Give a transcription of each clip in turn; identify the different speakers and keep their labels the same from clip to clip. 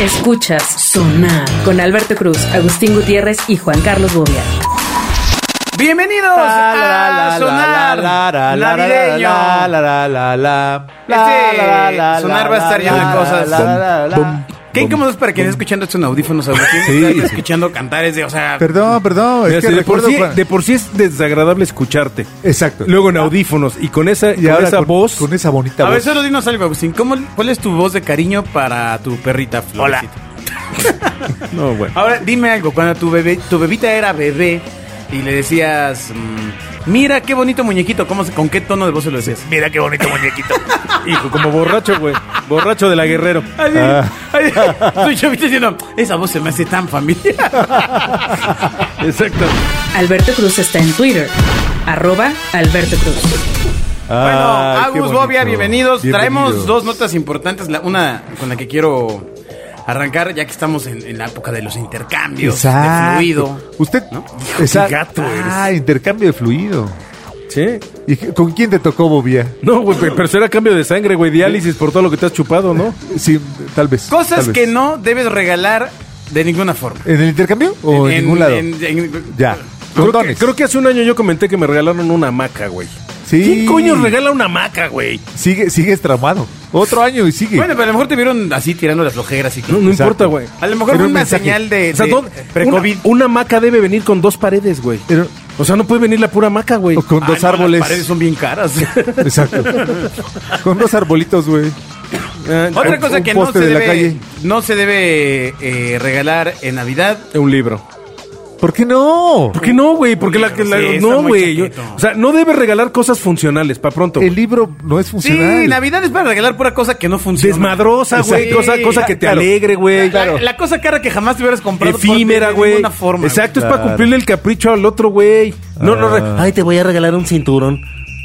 Speaker 1: Escuchas Sonar con Alberto Cruz, Agustín Gutiérrez y Juan Carlos Bobia.
Speaker 2: Bienvenidos a Sonar navideño. Este Sonar va a estar lleno de cosas. Qué incómodo es para quien esté escuchando esto en audífonos, Agustín.
Speaker 3: Sí.
Speaker 2: Está escuchando cantar es de, o sea...
Speaker 3: Perdón, perdón.
Speaker 4: Mira,
Speaker 3: Es que
Speaker 4: si de, por sí,
Speaker 3: recuerdo. cua-
Speaker 4: de por sí es desagradable escucharte.
Speaker 3: Exacto.
Speaker 4: Luego en audífonos y con esa,
Speaker 3: y
Speaker 4: con
Speaker 3: ahora
Speaker 4: esa
Speaker 3: con,
Speaker 4: voz.
Speaker 3: Con esa bonita
Speaker 2: A ver,
Speaker 3: voz.
Speaker 2: solo dinos algo, Agustín. ¿Cómo, ¿Cuál es tu voz de cariño para tu perrita, Florecita?
Speaker 4: No, bueno.
Speaker 2: Ahora, dime algo. Cuando tu bebé, tu bebita era bebé y le decías... mm, Mira qué bonito muñequito, ¿Cómo, se- ¿con qué tono de voz se lo decías?
Speaker 5: Mira qué bonito muñequito.
Speaker 4: Hijo, como borracho, güey. Borracho de la guerrero.
Speaker 2: Así,
Speaker 3: Ah.
Speaker 2: así, soy chavito diciendo, esa voz se me hace tan familiar.
Speaker 4: Exacto.
Speaker 1: Alberto Cruz está en Twitter, arroba Alberto Cruz.
Speaker 3: Ay, qué
Speaker 2: bueno, Agus,
Speaker 3: bonito.
Speaker 2: Bobia, bienvenidos. Traemos
Speaker 3: Bienvenidos.
Speaker 2: dos notas importantes. la- una con la que quiero arrancar, ya que estamos en, en la época de los intercambios.
Speaker 3: Exacto.
Speaker 2: De fluido.
Speaker 3: Usted.
Speaker 2: ¿No?
Speaker 3: Exacto.
Speaker 2: qué gato
Speaker 3: Ah, intercambio de fluido.
Speaker 4: ¿Sí?
Speaker 3: ¿Y qué- con quién te tocó, Bobia?
Speaker 4: No, güey, pero pero será cambio de sangre, güey. Diálisis por todo lo que te has chupado, ¿no?
Speaker 3: Sí, tal vez.
Speaker 2: Cosas
Speaker 3: tal
Speaker 2: que
Speaker 3: vez.
Speaker 2: no debes regalar de ninguna forma.
Speaker 3: ¿En el intercambio o en, ningún lado?
Speaker 2: en- en-
Speaker 3: ya.
Speaker 4: Creo que,
Speaker 3: Condones.
Speaker 4: creo que hace un año yo comenté que me regalaron una hamaca, güey.
Speaker 3: Sí.
Speaker 4: ¿Quién coño regala una hamaca, güey?
Speaker 3: Sigue, sigues tramado. Otro año y sigue.
Speaker 2: Bueno, pero a lo mejor te vieron así tirando las flojeras y que-
Speaker 4: No, no
Speaker 3: Exacto.
Speaker 4: importa, güey.
Speaker 2: A lo mejor
Speaker 3: Era
Speaker 2: fue
Speaker 3: un
Speaker 2: una
Speaker 3: mensaje.
Speaker 2: señal de,
Speaker 4: O sea,
Speaker 2: de
Speaker 4: ¿dónde-
Speaker 2: pre-COVID.
Speaker 4: una- Una hamaca debe venir con dos paredes, güey.
Speaker 3: Pero-
Speaker 4: O sea, no puede venir la pura hamaca, güey.
Speaker 3: O con
Speaker 2: Ah,
Speaker 3: dos
Speaker 2: no,
Speaker 3: árboles.
Speaker 2: Las paredes son bien caras.
Speaker 3: Exacto. con dos arbolitos, güey.
Speaker 4: Ah,
Speaker 2: Otra
Speaker 3: Un-
Speaker 2: cosa
Speaker 3: un
Speaker 2: que no se,
Speaker 3: poste de la
Speaker 2: debe,
Speaker 3: calle.
Speaker 2: no se debe eh, regalar en Navidad
Speaker 4: Un libro.
Speaker 3: ¿Por qué no?
Speaker 4: ¿Por qué no, güey? Porque la que la-
Speaker 2: Sí, está
Speaker 4: no,
Speaker 2: muy
Speaker 4: güey.
Speaker 2: chaqueto.
Speaker 4: Yo- O sea, no debe regalar cosas funcionales, para pronto.
Speaker 3: El libro no es
Speaker 2: Sí,
Speaker 3: funcional.
Speaker 2: Navidad es para regalar pura cosa que no funciona.
Speaker 4: Desmadrosa, güey.
Speaker 2: Exacto.
Speaker 4: Cosa, cosa que te
Speaker 3: Claro.
Speaker 4: alegre, güey.
Speaker 2: La, la cosa cara que jamás te hubieras comprado. por-
Speaker 4: Efímera,
Speaker 2: de
Speaker 4: güey.
Speaker 2: ninguna forma.
Speaker 4: Exacto, es para
Speaker 3: Claro.
Speaker 4: cumplirle el capricho al otro, güey. No, no, re-
Speaker 3: Ah.
Speaker 5: Ay, te voy a regalar un cinturón.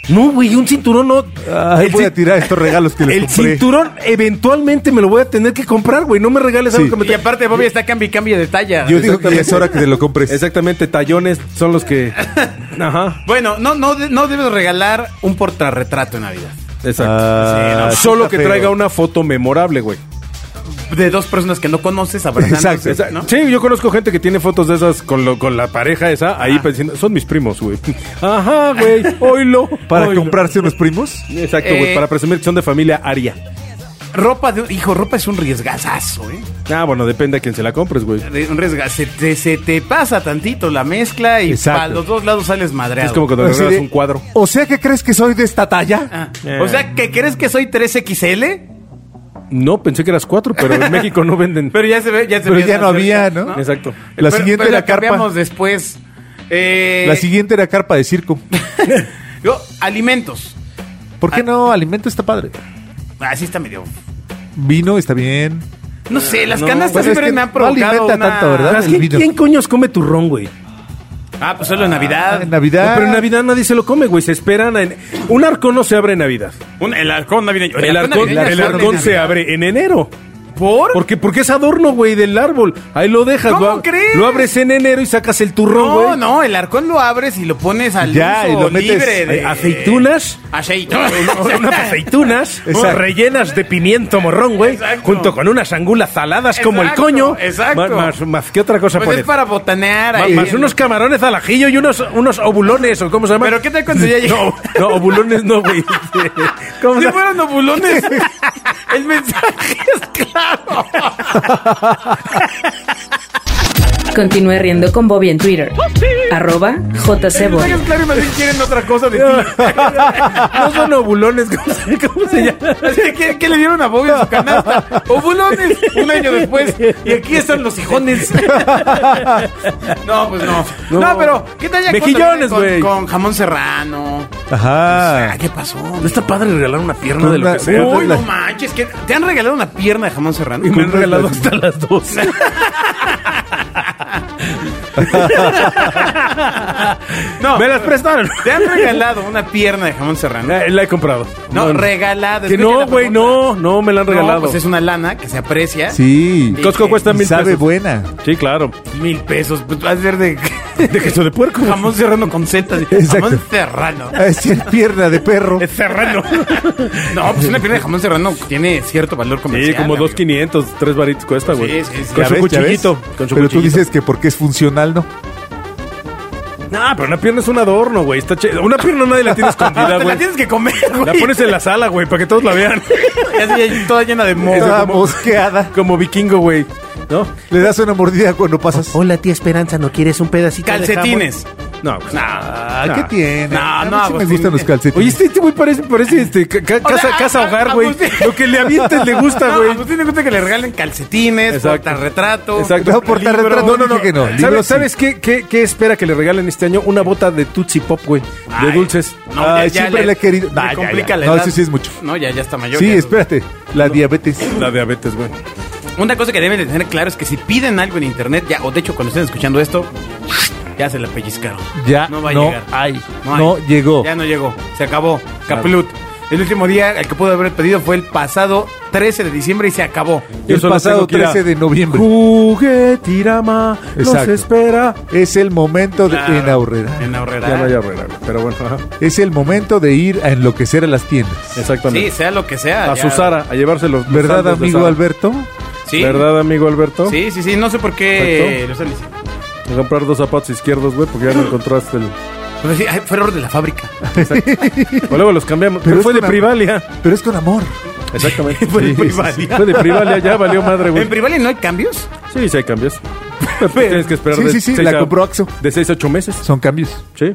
Speaker 4: no, güey, un cinturón no.
Speaker 3: Ay,
Speaker 4: el
Speaker 3: voy
Speaker 4: cin-
Speaker 3: a tirar estos regalos que les
Speaker 4: el
Speaker 3: compré.
Speaker 4: cinturón eventualmente me lo voy a tener que comprar, güey. No me regales algo
Speaker 3: Sí.
Speaker 4: que me
Speaker 2: güey. Y aparte, Bobby está cambia y cambia de talla.
Speaker 3: Yo digo que ya es hora que te lo compres.
Speaker 4: Exactamente, tallones son los que. Ajá.
Speaker 2: Bueno, no, no, de- no debes regalar un portarretrato en Navidad.
Speaker 4: Exacto.
Speaker 3: Ah, sí,
Speaker 4: Solo
Speaker 3: está
Speaker 4: que
Speaker 3: feo.
Speaker 4: traiga una foto memorable, güey.
Speaker 2: De dos personas que no conoces abrazándose.
Speaker 3: Exacto,
Speaker 4: Esa-
Speaker 2: ¿no?
Speaker 4: Sí, yo conozco gente que tiene fotos de esas con, lo- con la pareja esa, ahí pensando, son mis primos, güey. Ajá, güey, oilo.
Speaker 3: Para
Speaker 4: oilo.
Speaker 3: comprarse unos primos.
Speaker 4: Exacto, güey,
Speaker 2: Eh.
Speaker 4: para presumir que son de familia aria.
Speaker 2: Ropa de... Hijo, ropa es un riesgazazo, ¿eh?
Speaker 4: Ah, bueno, depende a quién se la compres, güey.
Speaker 2: De- Un riesga- Se te, se te pasa tantito la mezcla y
Speaker 3: Exacto.
Speaker 2: para los dos lados sales madreado.
Speaker 4: Es como cuando
Speaker 3: Así
Speaker 4: regalas
Speaker 3: de,
Speaker 4: un cuadro.
Speaker 3: O sea que crees que soy de esta talla.
Speaker 2: Ah, O sea, ¿que crees que soy 3XL?
Speaker 4: No, pensé que eras cuatro, pero en México no venden.
Speaker 2: Pero ya se ve, ya se
Speaker 3: Pero
Speaker 2: ve-
Speaker 3: ya no había, ¿no?
Speaker 4: Exacto.
Speaker 3: La
Speaker 2: Pero-
Speaker 3: siguiente
Speaker 2: pero
Speaker 3: era
Speaker 2: la
Speaker 3: carpa.
Speaker 2: cambiamos después. Eh,
Speaker 3: La siguiente era carpa de circo.
Speaker 2: yo, alimentos.
Speaker 3: ¿Por
Speaker 2: Ah.
Speaker 3: qué no? Alimento está padre.
Speaker 2: Así está medio.
Speaker 3: Vino está bien.
Speaker 2: No sé, las
Speaker 4: No,
Speaker 2: canastas
Speaker 3: pues es
Speaker 2: siempre
Speaker 3: que
Speaker 2: me han
Speaker 3: no
Speaker 2: provocado
Speaker 3: alimenta
Speaker 2: una-
Speaker 3: tanto, ¿verdad?
Speaker 4: ¿Sabes
Speaker 3: el
Speaker 4: ¿Quién,
Speaker 3: vino.
Speaker 4: quién coños come turrón, güey?
Speaker 2: Ah, pues solo en
Speaker 3: Ah,
Speaker 2: Navidad.
Speaker 3: en Navidad.
Speaker 4: No, pero en Navidad nadie se lo come, güey. Se esperan. a en- Un arco no se abre en Navidad.
Speaker 2: Un- el arcón navideño.
Speaker 4: El arcón,
Speaker 2: navideño
Speaker 4: el
Speaker 2: solo en
Speaker 4: arcón se
Speaker 2: Navidad.
Speaker 4: abre en enero.
Speaker 2: ¿Por?
Speaker 4: Porque, porque es adorno, güey, del árbol. Ahí lo dejas,
Speaker 2: ¿Cómo
Speaker 4: lo, ab-
Speaker 2: crees?
Speaker 4: lo abres en enero y sacas el turrón,
Speaker 2: No,
Speaker 4: güey.
Speaker 2: no, el arcón lo abres y lo pones al
Speaker 3: Ya,
Speaker 2: uso
Speaker 3: y lo metes-
Speaker 2: libre de...
Speaker 4: Eh, Aceitunas.
Speaker 2: Aceitunas.
Speaker 4: Unas aceitunas
Speaker 3: Exacto.
Speaker 4: rellenas de pimiento morrón, güey.
Speaker 2: Exacto.
Speaker 4: Junto con unas angulas saladas como el
Speaker 2: Exacto,
Speaker 4: coño.
Speaker 2: exacto.
Speaker 4: Más, más, más que otra cosa
Speaker 2: Pues
Speaker 4: pones.
Speaker 2: es para botanear
Speaker 4: Ma-
Speaker 2: ahí.
Speaker 4: más unos camarones al ajillo y unos, unos obulones, o cómo se llama.
Speaker 2: Pero ¿qué tal cuando ya llega-
Speaker 4: No, no, obulones no, güey. ¿Cómo se
Speaker 2: Si
Speaker 4: llama?
Speaker 2: fueran obulones, el mensaje es claro.
Speaker 1: Continúe riendo con Bobia en Twitter, arroba JC
Speaker 2: El mensaje
Speaker 1: Bobia.
Speaker 2: es Pues claro y más bien quieren otra cosa de ti.
Speaker 4: No son obulones, ¿cómo se, cómo se llama?
Speaker 2: Así que, ¿qué, qué le dieron a Bobby en su canasta? Obulones, un año después. Y aquí están los hijones. No, pues no. No,
Speaker 4: No.
Speaker 2: pero, ¿qué tal ya cuando viene
Speaker 4: Mejillones,
Speaker 2: con-
Speaker 4: güey.
Speaker 2: Con, jamón serrano.
Speaker 3: Ajá.
Speaker 2: Ah, ¿Qué pasó?
Speaker 4: No está padre regalar una pierna de lo que sea.
Speaker 2: Uy,
Speaker 3: la-
Speaker 2: no manches, que ¿te han regalado una pierna de jamón serrano?
Speaker 4: Y me han regalado hasta las dos.
Speaker 2: No,
Speaker 4: me las prestaron.
Speaker 2: ¿te han regalado una pierna de jamón serrano?
Speaker 4: Eh, La he comprado.
Speaker 2: No, regalada.
Speaker 4: Que
Speaker 2: escuchen la
Speaker 4: no, güey,
Speaker 2: pregunta.
Speaker 4: no, no, me la han
Speaker 2: No,
Speaker 4: regalado.
Speaker 2: pues es una lana que se aprecia.
Speaker 3: Sí.
Speaker 4: Costco cuesta
Speaker 3: Y
Speaker 4: mil
Speaker 3: sabe
Speaker 4: pesos.
Speaker 3: buena.
Speaker 4: Sí, claro.
Speaker 2: Mil pesos. Pues va a ser de.
Speaker 4: De queso de puerco.
Speaker 2: Jamón serrano con setas.
Speaker 3: Exacto.
Speaker 2: Jamón serrano.
Speaker 3: Es el pierna de perro.
Speaker 2: Es serrano. No, pues una pierna de jamón serrano tiene cierto valor
Speaker 4: Sí,
Speaker 2: comercial.
Speaker 4: como
Speaker 2: amigo.
Speaker 4: 2.500, 3 varitos cuesta,
Speaker 2: Sí,
Speaker 4: güey.
Speaker 2: sí, sí.
Speaker 4: Con
Speaker 2: Ya ves,
Speaker 4: su
Speaker 3: ya ves.
Speaker 4: cuchillito. Con su
Speaker 3: Pero tú
Speaker 4: cuchillito.
Speaker 3: dices que porque es funcional, ¿no?
Speaker 4: No, pero una pierna es un adorno, güey. Está ch- Una pierna nadie la tiene escondida,
Speaker 2: Te
Speaker 4: güey.
Speaker 2: la tienes que comer, güey.
Speaker 4: La pones en la sala, güey, para que todos la vean.
Speaker 2: Ya así, toda llena de moho.
Speaker 3: Está mosqueada.
Speaker 4: Como vikingo, güey. ¿No?
Speaker 3: Le das una mordida cuando pasas.
Speaker 5: Hola, tía Esperanza, ¿no quieres un pedacito
Speaker 2: Calcetines.
Speaker 4: No, güey. Ah,
Speaker 2: Nah,
Speaker 3: ¿Qué tiene?
Speaker 2: No,
Speaker 3: A mí
Speaker 2: no,
Speaker 3: sí me
Speaker 2: Agustín.
Speaker 3: gustan los
Speaker 4: Oye,
Speaker 3: calcetines.
Speaker 4: este, este güey parece, parece este, ca- ca- casa,
Speaker 2: sea,
Speaker 4: casa
Speaker 2: a-
Speaker 4: hogar,
Speaker 2: a-
Speaker 4: güey.
Speaker 2: Agustín.
Speaker 4: Lo que le avientes le gusta,
Speaker 2: güey.
Speaker 4: güey.
Speaker 2: A Agustín le gusta pues, que le regalen calcetines,
Speaker 4: Exacto.
Speaker 2: portarretrato.
Speaker 4: Exacto.
Speaker 3: No, portar
Speaker 4: Libro.
Speaker 3: retrato, no, dije que no.
Speaker 4: ¿Sabes,
Speaker 3: Libro sí.
Speaker 4: sabes qué, qué, qué espera que le regalen este año? Una bota de Tootsie Pop, güey. De
Speaker 2: Ay,
Speaker 4: dulces.
Speaker 2: No,
Speaker 3: Ay,
Speaker 2: ya- ya
Speaker 3: siempre
Speaker 2: le-
Speaker 3: le he querido.
Speaker 2: le
Speaker 3: Nah, ya,
Speaker 2: complica
Speaker 3: ya.
Speaker 2: la
Speaker 3: No,
Speaker 2: edad.
Speaker 3: sí, sí es mucho.
Speaker 2: No, ya, ya está mayor.
Speaker 3: Sí,
Speaker 2: ya.
Speaker 3: espérate. La diabetes.
Speaker 4: La diabetes, güey.
Speaker 2: Una cosa que deben de tener claro es que si piden algo en internet, ya, o de hecho cuando estén escuchando esto, ya se la pellizcaron.
Speaker 3: Ya
Speaker 2: no va a
Speaker 3: no
Speaker 2: llegar.
Speaker 3: hay.
Speaker 2: hay.
Speaker 3: No llegó.
Speaker 2: Ya no llegó. Se acabó. Caplut. El último día el que pudo haber pedido fue el pasado 13 de diciembre y se acabó.
Speaker 4: Yo
Speaker 3: El
Speaker 4: solo
Speaker 3: pasado
Speaker 4: tengo que ir a-
Speaker 3: 13 de noviembre.
Speaker 4: Juguetirama nos
Speaker 3: Exacto.
Speaker 4: espera.
Speaker 3: Es el momento de
Speaker 2: Claro.
Speaker 3: en Aurrera.
Speaker 2: En Aurrera.
Speaker 4: Ya no hay arreglar, güey, pero bueno, ajá.
Speaker 3: Es el momento de ir a enloquecer a las tiendas.
Speaker 4: Exactamente.
Speaker 2: Sí, sea lo que sea.
Speaker 4: a
Speaker 2: ya.
Speaker 4: su Sara, a llevárselos. los
Speaker 3: ¿Verdad,
Speaker 4: santos de
Speaker 3: amigo
Speaker 4: Sara.
Speaker 3: Alberto?
Speaker 2: Sí.
Speaker 4: ¿Verdad, amigo Alberto?
Speaker 2: Sí, sí, sí. No sé por qué
Speaker 4: Exacto.
Speaker 2: lo están diciendo.
Speaker 4: A comprar dos zapatos izquierdos, güey, porque ya no encontraste el.
Speaker 2: Pero Pues sí, ay, fue error de la fábrica.
Speaker 4: O luego los cambiamos. Pero,
Speaker 3: es
Speaker 4: fue de
Speaker 3: con am-
Speaker 4: Privalia.
Speaker 3: Pero es con amor.
Speaker 4: Exactamente.
Speaker 2: Fue de
Speaker 4: Sí,
Speaker 2: Privalia.
Speaker 4: sí, sí. Fue de Privalia, ya valió madre, güey.
Speaker 2: ¿En Privalia no hay cambios?
Speaker 4: Sí, sí hay cambios. Tienes que esperar
Speaker 3: Sí,
Speaker 4: de
Speaker 3: sí, sí,
Speaker 4: seis
Speaker 3: la compró Axo.
Speaker 4: De 6 a 8 meses.
Speaker 3: Son cambios.
Speaker 4: Sí.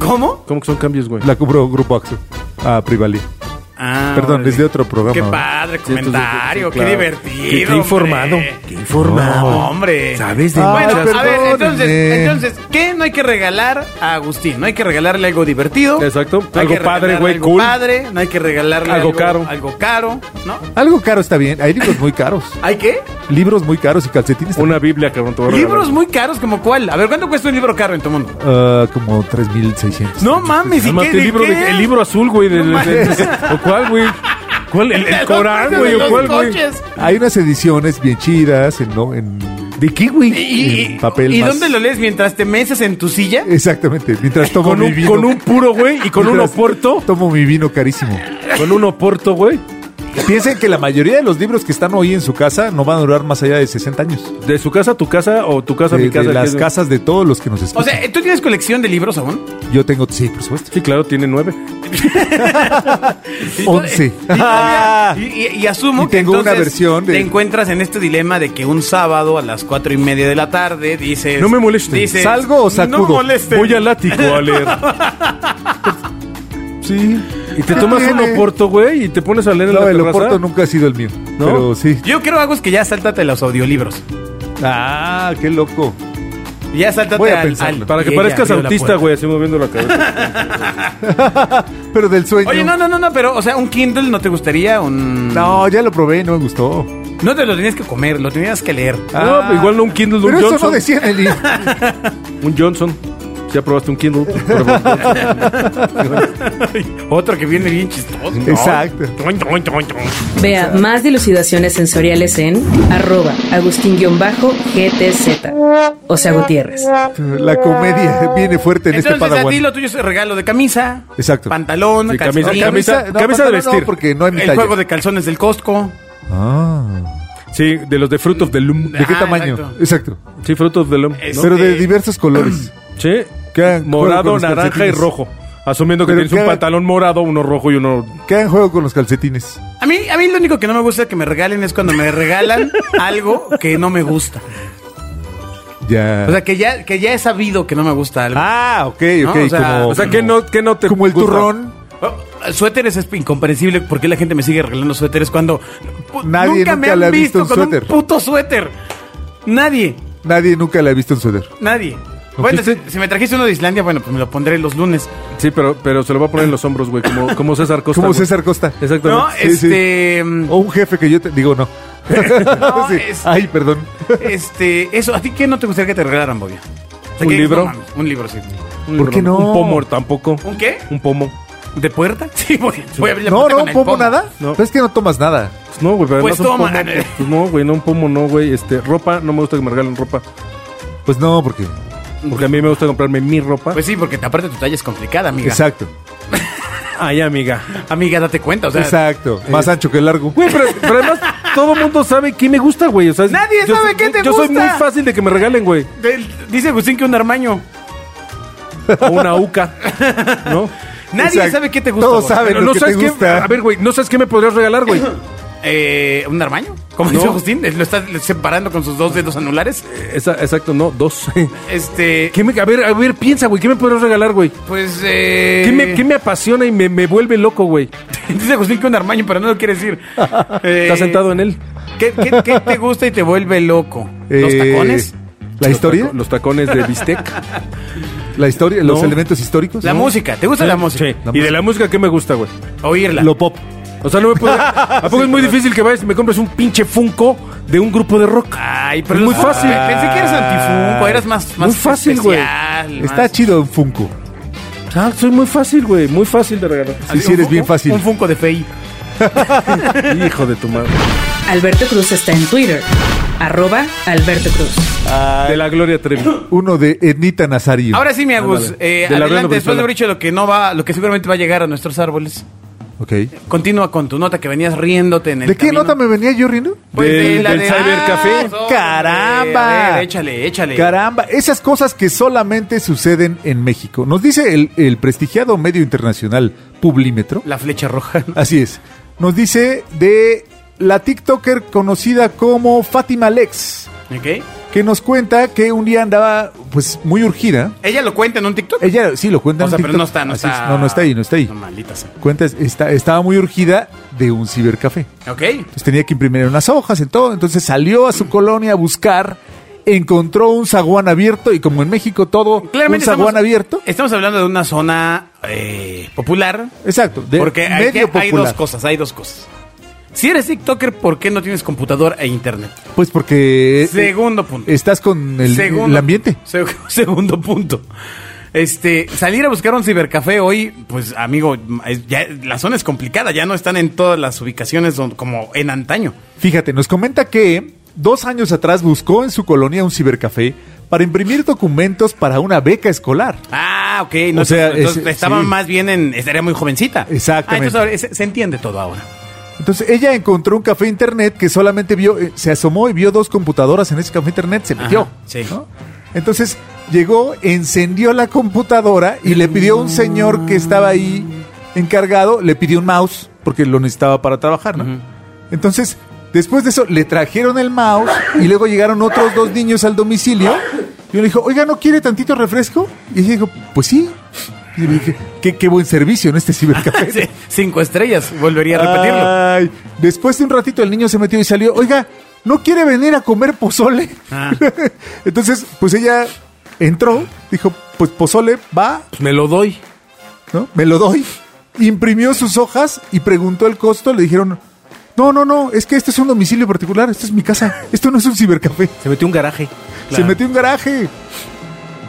Speaker 2: ¿Cómo?
Speaker 4: ¿Cómo que son cambios, güey?
Speaker 3: La compró Grupo Axo. Ah, Privalia.
Speaker 2: Ah,
Speaker 3: Perdón,
Speaker 2: órale.
Speaker 3: es de otro programa.
Speaker 2: Qué
Speaker 3: ¿verdad?
Speaker 2: padre
Speaker 4: Sí, entonces,
Speaker 2: comentario,
Speaker 4: sí, claro.
Speaker 2: qué divertido.
Speaker 4: Qué- qué informado.
Speaker 2: hombre.
Speaker 5: Qué informado.
Speaker 2: No, hombre.
Speaker 5: Sabes de
Speaker 3: Ah,
Speaker 2: Bueno,
Speaker 5: muchas
Speaker 2: a ver,
Speaker 3: perdónenme.
Speaker 2: entonces, entonces, ¿qué no hay que regalar a Agustín? No hay que regalarle algo divertido.
Speaker 4: Exacto.
Speaker 2: No hay
Speaker 4: Algo
Speaker 2: que
Speaker 4: padre,
Speaker 2: regalarle
Speaker 4: güey,
Speaker 2: algo
Speaker 4: cool.
Speaker 2: padre, no hay que regalarle
Speaker 4: Algo caro.
Speaker 2: Algo caro, ¿no?
Speaker 3: Algo caro está bien. Hay libros muy caros.
Speaker 2: ¿Hay qué?
Speaker 3: libros muy caros y calcetines. también.
Speaker 4: Una Biblia, cabrón. te voy a regalar.
Speaker 2: Libros muy caros, ¿como cuál? A ver, ¿cuánto cuesta un libro caro en tu mundo?
Speaker 3: Ah, como 3.600.
Speaker 2: No mames, ¿y
Speaker 4: Además,
Speaker 2: qué?
Speaker 4: el,
Speaker 2: ¿De
Speaker 4: libro de-
Speaker 2: qué?
Speaker 4: el libro azul, güey. del-
Speaker 2: No
Speaker 4: del-
Speaker 2: mames.
Speaker 4: ¿O cuál, güey? ¿Cuál? ¿El, el
Speaker 2: De los
Speaker 4: Corán,
Speaker 2: precios
Speaker 4: güey?
Speaker 2: de
Speaker 4: ¿O cuál,
Speaker 2: los
Speaker 4: güey?
Speaker 2: coches.
Speaker 3: Hay unas ediciones bien chidas en, ¿no? en,
Speaker 4: De kiwi.
Speaker 2: ¿Y, y-
Speaker 3: en papel.
Speaker 2: ¿y
Speaker 3: más-
Speaker 2: dónde lo lees? ¿Mientras te mesas en tu silla?
Speaker 3: Exactamente. Mientras tomo
Speaker 4: Con
Speaker 3: mi
Speaker 4: un,
Speaker 3: vino.
Speaker 4: con un puro, güey, y con un
Speaker 3: Mientras
Speaker 4: oporto.
Speaker 3: Tomo mi vino carísimo.
Speaker 4: Con un oporto, güey.
Speaker 3: Piensen que la mayoría de los libros que están hoy en su casa no van a durar más allá de 60 años.
Speaker 4: De su casa a tu casa o tu casa a
Speaker 3: de,
Speaker 4: mi
Speaker 3: de
Speaker 4: casa.
Speaker 3: las
Speaker 4: ¿qué?
Speaker 3: casas de todos los que nos
Speaker 2: O
Speaker 3: escuchan.
Speaker 2: sea, ¿tú tienes colección de libros aún?
Speaker 3: Yo tengo, sí, por supuesto.
Speaker 4: Sí, claro, tiene nueve.
Speaker 3: 11.
Speaker 2: Y, todavía- y- y- y asumo
Speaker 3: Ah. Y tengo
Speaker 2: que
Speaker 3: una
Speaker 2: entonces
Speaker 3: versión de-
Speaker 2: te encuentras en este dilema de que un sábado a las cuatro y media de la tarde dices...
Speaker 4: No me molestes.
Speaker 2: dices,
Speaker 3: ¿Salgo o sacudo?
Speaker 2: No me molestes.
Speaker 4: Voy al látigo a leer.
Speaker 3: Sí.
Speaker 4: Y te tomas un
Speaker 3: tiene?
Speaker 4: oporto, güey, y te pones a leer en
Speaker 3: No,
Speaker 4: la
Speaker 3: el
Speaker 4: terraza.
Speaker 3: Oporto nunca ha sido el mío.
Speaker 4: ¿No?
Speaker 3: Pero sí.
Speaker 2: Yo creo, Agus, que ya sáltate los audiolibros.
Speaker 3: Ah, qué loco.
Speaker 2: Ya sáltate
Speaker 3: Voy a
Speaker 2: al-
Speaker 3: pensarlo.
Speaker 2: al-
Speaker 4: Para que
Speaker 2: Y ella
Speaker 4: parezcas
Speaker 2: abrió la
Speaker 4: autista,
Speaker 2: puerta.
Speaker 4: güey, así moviendo la cabeza.
Speaker 3: Pero del sueño.
Speaker 2: Oye, no, no, no, no, pero, o sea, un Kindle no te gustaría, un...
Speaker 3: No, ya lo probé, no me gustó.
Speaker 2: No te lo tenías que comer, lo tenías que leer.
Speaker 3: Ah.
Speaker 4: no, pues, igual no un Kindle, un
Speaker 3: Pero eso no
Speaker 4: Johnson.
Speaker 3: decía en el libro.
Speaker 4: Un Johnson. Si ya probaste un Kindle, pues, prueba un
Speaker 2: Otro que viene bien chistoso.
Speaker 3: Exacto. este
Speaker 1: Vea más dilucidaciones sensoriales en arroba agustín-gtz. O sea, Gutiérrez.
Speaker 3: La comedia viene fuerte en este
Speaker 2: Entonces, a
Speaker 3: Padawan.
Speaker 2: ti lo tuyo es regalo de camisa.
Speaker 3: Exacto.
Speaker 2: Pantalón,
Speaker 4: Sí, camisa,
Speaker 2: calcetín,
Speaker 4: camisa, camisa de
Speaker 3: pantalón
Speaker 4: vestir.
Speaker 3: porque no hay mi
Speaker 2: El
Speaker 3: talla.
Speaker 2: juego de calzones del Costco.
Speaker 3: Ah.
Speaker 4: Sí, de los de Fruit of the Loom.
Speaker 3: ¿De qué
Speaker 2: Ah,
Speaker 3: tamaño?
Speaker 2: exacto.
Speaker 3: Exacto.
Speaker 4: Sí, Fruit of the Loom. ¿no?
Speaker 2: Es-
Speaker 3: Pero de
Speaker 2: Este-
Speaker 3: diversos colores.
Speaker 4: Sí.
Speaker 3: ¿Qué hagan? Juego
Speaker 4: Morado,
Speaker 3: con los
Speaker 4: naranja y
Speaker 3: calcetines.
Speaker 4: rojo. Asumiendo que
Speaker 3: Pero
Speaker 4: tienes
Speaker 3: ¿qué
Speaker 4: un
Speaker 3: hagan?
Speaker 4: pantalón morado, uno rojo y uno...
Speaker 3: ¿Qué hagan juego con los calcetines?
Speaker 2: A mí, a mí lo único que no me gusta que me regalen es cuando me regalan algo que no me gusta.
Speaker 3: Ya.
Speaker 2: O sea, que ya, que ya he sabido que no me gusta algo.
Speaker 3: ah, ok,
Speaker 2: No,
Speaker 3: ok.
Speaker 2: o sea,
Speaker 3: como,
Speaker 4: O sea, ¿qué no, qué no te
Speaker 3: como el
Speaker 4: gusta?
Speaker 3: turrón.
Speaker 2: Oh, Suéteres es incomprensible porque la gente me sigue regalando suéteres cuando pu-
Speaker 3: Nadie
Speaker 2: nunca, me
Speaker 3: nunca le
Speaker 2: han
Speaker 3: ha
Speaker 2: visto,
Speaker 3: visto un
Speaker 2: con
Speaker 3: suéter.
Speaker 2: un puto suéter. Nadie,
Speaker 3: Nadie nunca la ha visto en suéter.
Speaker 2: nadie. Bueno, si, si me trajiste uno de Islandia, bueno, pues me lo pondré los lunes.
Speaker 4: Sí, pero, pero se lo va a poner en los hombros, güey, como, como César Costa.
Speaker 3: Como
Speaker 4: güey.
Speaker 3: César Costa.
Speaker 4: Exactamente.
Speaker 2: No,
Speaker 3: Sí, sí.
Speaker 2: este, mm,
Speaker 3: O un jefe que yo te digo no.
Speaker 2: No,
Speaker 3: Sí.
Speaker 2: es-
Speaker 3: Ay, perdón.
Speaker 2: este, eso. ¿A ti qué no te gustaría que te regalaran, Bobia? O sea,
Speaker 4: ¿Un
Speaker 2: que-
Speaker 4: libro?
Speaker 2: no mames, un libro, sí.
Speaker 4: Un-
Speaker 3: ¿por qué no?
Speaker 4: Un pomo tampoco.
Speaker 2: ¿Un qué?
Speaker 4: Un pomo.
Speaker 2: ¿De puerta? Sí, voy, voy a abrir la
Speaker 3: No,
Speaker 2: puerta
Speaker 3: no,
Speaker 2: con el
Speaker 3: pomo
Speaker 2: pomo.
Speaker 3: nada.
Speaker 4: No.
Speaker 3: Pero es que no tomas nada.
Speaker 4: Pues no, güey, pero
Speaker 2: Pues
Speaker 4: además un
Speaker 2: toma.
Speaker 4: pomo, pues no, güey, no, un pomo no, güey. Este, ropa, no me gusta que me regalen ropa.
Speaker 3: Pues no, porque
Speaker 4: Porque a mí me gusta comprarme mi ropa.
Speaker 2: Pues sí, porque aparte tu talla es complicada, amiga.
Speaker 3: Exacto,
Speaker 4: ay, amiga.
Speaker 2: Amiga, date cuenta, o sea.
Speaker 3: exacto. Más ancho que largo.
Speaker 4: Güey, pero, pero además todo mundo sabe qué me gusta, güey. O sea,
Speaker 2: Nadie sabe qué te
Speaker 4: yo soy
Speaker 2: gusta.
Speaker 4: muy fácil de que me regalen, güey.
Speaker 2: del- dice Agustín que un armaño.
Speaker 4: O una uca, ¿no?
Speaker 2: Nadie
Speaker 3: Exacto.
Speaker 2: sabe qué te gusta.
Speaker 3: Todos
Speaker 2: güey.
Speaker 3: saben.
Speaker 4: Pero
Speaker 3: lo
Speaker 4: no
Speaker 3: que
Speaker 4: sabes
Speaker 3: te
Speaker 4: qué.
Speaker 3: gusta.
Speaker 4: A ver, güey, no sabes qué me podrías regalar, güey.
Speaker 2: Eh, ¿Un armaño? Como
Speaker 4: No.
Speaker 2: dice Agustín, lo está separando con sus dos dedos anulares.
Speaker 4: Esa- exacto, no, dos.
Speaker 2: Este.
Speaker 4: ¿Qué me- a ver, a ver, piensa, güey, ¿qué me podrías regalar, güey?
Speaker 2: Pues. Eh,
Speaker 4: ¿Qué me, qué me apasiona y me, me vuelve loco, güey?
Speaker 2: Dice Agustín que un armaño, pero no lo quiere decir. Eh,
Speaker 4: Está sentado en él.
Speaker 2: ¿Qué, qué, qué te gusta y te vuelve loco? ¿Los
Speaker 3: Eh,
Speaker 2: tacones?
Speaker 3: ¿La
Speaker 4: Los
Speaker 3: historia?
Speaker 4: taco- Los tacones de bistec.
Speaker 3: ¿La historia? ¿Los
Speaker 4: No.
Speaker 3: elementos históricos?
Speaker 2: La
Speaker 3: No.
Speaker 2: música. ¿Te gusta la música?
Speaker 4: Sí. ¿Y de la música qué me gusta, güey?
Speaker 2: Oírla.
Speaker 3: Lo pop.
Speaker 4: O sea, no me puedo... ¿A poco es muy difícil que vayas y me compres un pinche Funko de un grupo de rock? Ah,
Speaker 2: Ay, pero
Speaker 4: Es muy
Speaker 2: los-
Speaker 4: fácil.
Speaker 2: Ay, Pensé que eras antifunco, eras más, más
Speaker 4: Muy fácil, güey.
Speaker 2: especial, más-
Speaker 3: Está chido un Funko.
Speaker 4: Ah, soy muy fácil, güey. Muy fácil de regalar.
Speaker 3: Sí, sí,
Speaker 2: un
Speaker 3: eres bien
Speaker 2: Funko-
Speaker 3: fácil.
Speaker 2: Un funco de fey.
Speaker 4: Hijo de tu madre.
Speaker 1: Alberto Cruz está en Twitter. Arroba Alberto Cruz.
Speaker 4: De la Gloria Trevi.
Speaker 3: Uno de Ednita Nazario.
Speaker 2: Ahora sí, mi Agus,
Speaker 4: Ándale.
Speaker 2: eh,
Speaker 4: De la Brenda
Speaker 2: adelante, después
Speaker 4: Brizuela.
Speaker 2: de haber dicho lo que no va, lo que seguramente va a llegar a nuestros árboles.
Speaker 3: Ok. ¿De
Speaker 2: Continúa con tu nota que venías riéndote en el
Speaker 3: qué
Speaker 2: camino.
Speaker 3: nota me venía yo riendo?
Speaker 2: Pues
Speaker 4: Del-
Speaker 2: de la
Speaker 4: del
Speaker 2: de-
Speaker 4: cybercafé.
Speaker 2: Ah, hombre,
Speaker 3: ¡Caramba!
Speaker 2: a ver, échale, échale.
Speaker 3: Caramba, esas cosas que solamente suceden en México. Nos dice el, el prestigiado medio internacional Publímetro.
Speaker 2: La flecha roja.
Speaker 3: Así es. Nos dice de la TikToker conocida como Fátima Lex,
Speaker 2: ¿Ok?
Speaker 3: que nos cuenta que un día andaba pues muy urgida.
Speaker 2: Ella lo cuenta en un TikTok.
Speaker 3: Ella sí lo cuenta
Speaker 2: o
Speaker 3: en
Speaker 2: sea, pero
Speaker 3: TikTok.
Speaker 2: no está, no
Speaker 3: Así
Speaker 2: está.
Speaker 3: es. No, no está ahí, no está ahí.
Speaker 2: No, maldita sea.
Speaker 3: Cuenta, está, estaba muy urgida de un cibercafé.
Speaker 2: ¿Ok?
Speaker 3: Entonces tenía que imprimir unas hojas en todo. Entonces salió a su colonia a buscar, encontró un zaguán abierto y como en México todo,
Speaker 2: Claramente
Speaker 3: un zaguán
Speaker 2: estamos-
Speaker 3: abierto.
Speaker 2: Estamos hablando de una zona eh, popular.
Speaker 3: Exacto, de
Speaker 2: porque hay,
Speaker 3: medio
Speaker 2: que- hay
Speaker 3: popular.
Speaker 2: dos cosas, hay dos cosas. Si eres TikToker, ¿por qué no tienes computadora e internet?
Speaker 3: Pues porque eh,
Speaker 2: Segundo punto.
Speaker 3: estás con el,
Speaker 2: Segundo-
Speaker 3: el ambiente.
Speaker 2: se- segundo punto. Este, salir a buscar un cibercafé hoy, pues amigo, es- ya, la zona es complicada, ya no están en todas las ubicaciones don- como en antaño.
Speaker 3: Fíjate, nos comenta que dos años atrás buscó en su colonia un cibercafé para imprimir documentos para una beca escolar.
Speaker 2: Ah, ok, no
Speaker 3: O sea,
Speaker 2: sé, entonces
Speaker 3: es-
Speaker 2: estaba
Speaker 3: sí.
Speaker 2: más bien en, era muy jovencita. Ah,
Speaker 3: Exactamente.
Speaker 2: entonces ahora es- se entiende todo ahora.
Speaker 3: Entonces ella encontró un café internet que solamente vio, eh, se asomó y vio dos computadoras en ese café internet, se metió.
Speaker 2: Ajá, sí.
Speaker 3: Entonces llegó, encendió la computadora y le pidió a un señor que estaba ahí encargado, le pidió un mouse porque lo necesitaba para trabajar, ¿no? Entonces, después de eso, le trajeron el mouse y luego llegaron otros dos niños al domicilio. Y uno dijo, oiga, ¿no quiere tantito refresco? Y ella dijo, pues sí. Y le dije, qué, qué buen servicio en este cibercafé.
Speaker 2: Sí, Cinco estrellas, volvería a repetirlo.
Speaker 3: Ay, después de un ratito el niño se metió y salió, oiga, ¿no quiere venir a comer pozole?
Speaker 2: Ah.
Speaker 3: Entonces, pues ella entró, dijo, pues pozole, va,
Speaker 4: Pues me lo doy.
Speaker 3: ¿no? Me lo doy. Imprimió sus hojas y preguntó el costo, le dijeron, no, no, no, es que este es un domicilio particular, esto es mi casa, esto no es un cibercafé.
Speaker 4: Se metió un garaje.
Speaker 3: Se metió en un garaje.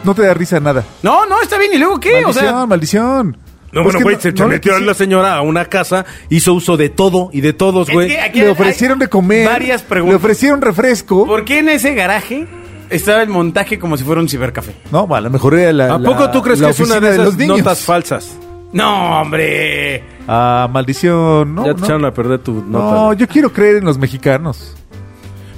Speaker 3: No te da risa nada.
Speaker 2: No, no, está bien, ¿y luego qué?
Speaker 3: Maldición,
Speaker 2: o sea, pues,
Speaker 3: maldición.
Speaker 4: No, bueno,
Speaker 3: Es pues que
Speaker 4: güey, se, se
Speaker 3: no le
Speaker 4: metió
Speaker 3: quisi-
Speaker 4: la señora a una casa, hizo uso de todo y de todos,
Speaker 2: Es
Speaker 4: güey.
Speaker 2: que aquí
Speaker 3: le
Speaker 2: hay-
Speaker 3: ofrecieron
Speaker 2: hay
Speaker 3: de comer.
Speaker 2: Varias
Speaker 3: Le
Speaker 2: preguntas.
Speaker 3: ofrecieron refresco.
Speaker 2: ¿Por qué en ese garaje estaba el montaje como si fuera un cibercafé?
Speaker 3: No, a lo mejor era la.
Speaker 4: ¿A
Speaker 3: la-
Speaker 4: poco tú crees
Speaker 3: la
Speaker 4: que es una
Speaker 3: oficina
Speaker 4: de esas
Speaker 3: los niños?
Speaker 4: notas falsas?
Speaker 2: No, hombre.
Speaker 3: Ah, maldición, no.
Speaker 4: ya te
Speaker 3: no.
Speaker 4: echaron a perder tu nota.
Speaker 3: No, yo quiero creer en los mexicanos.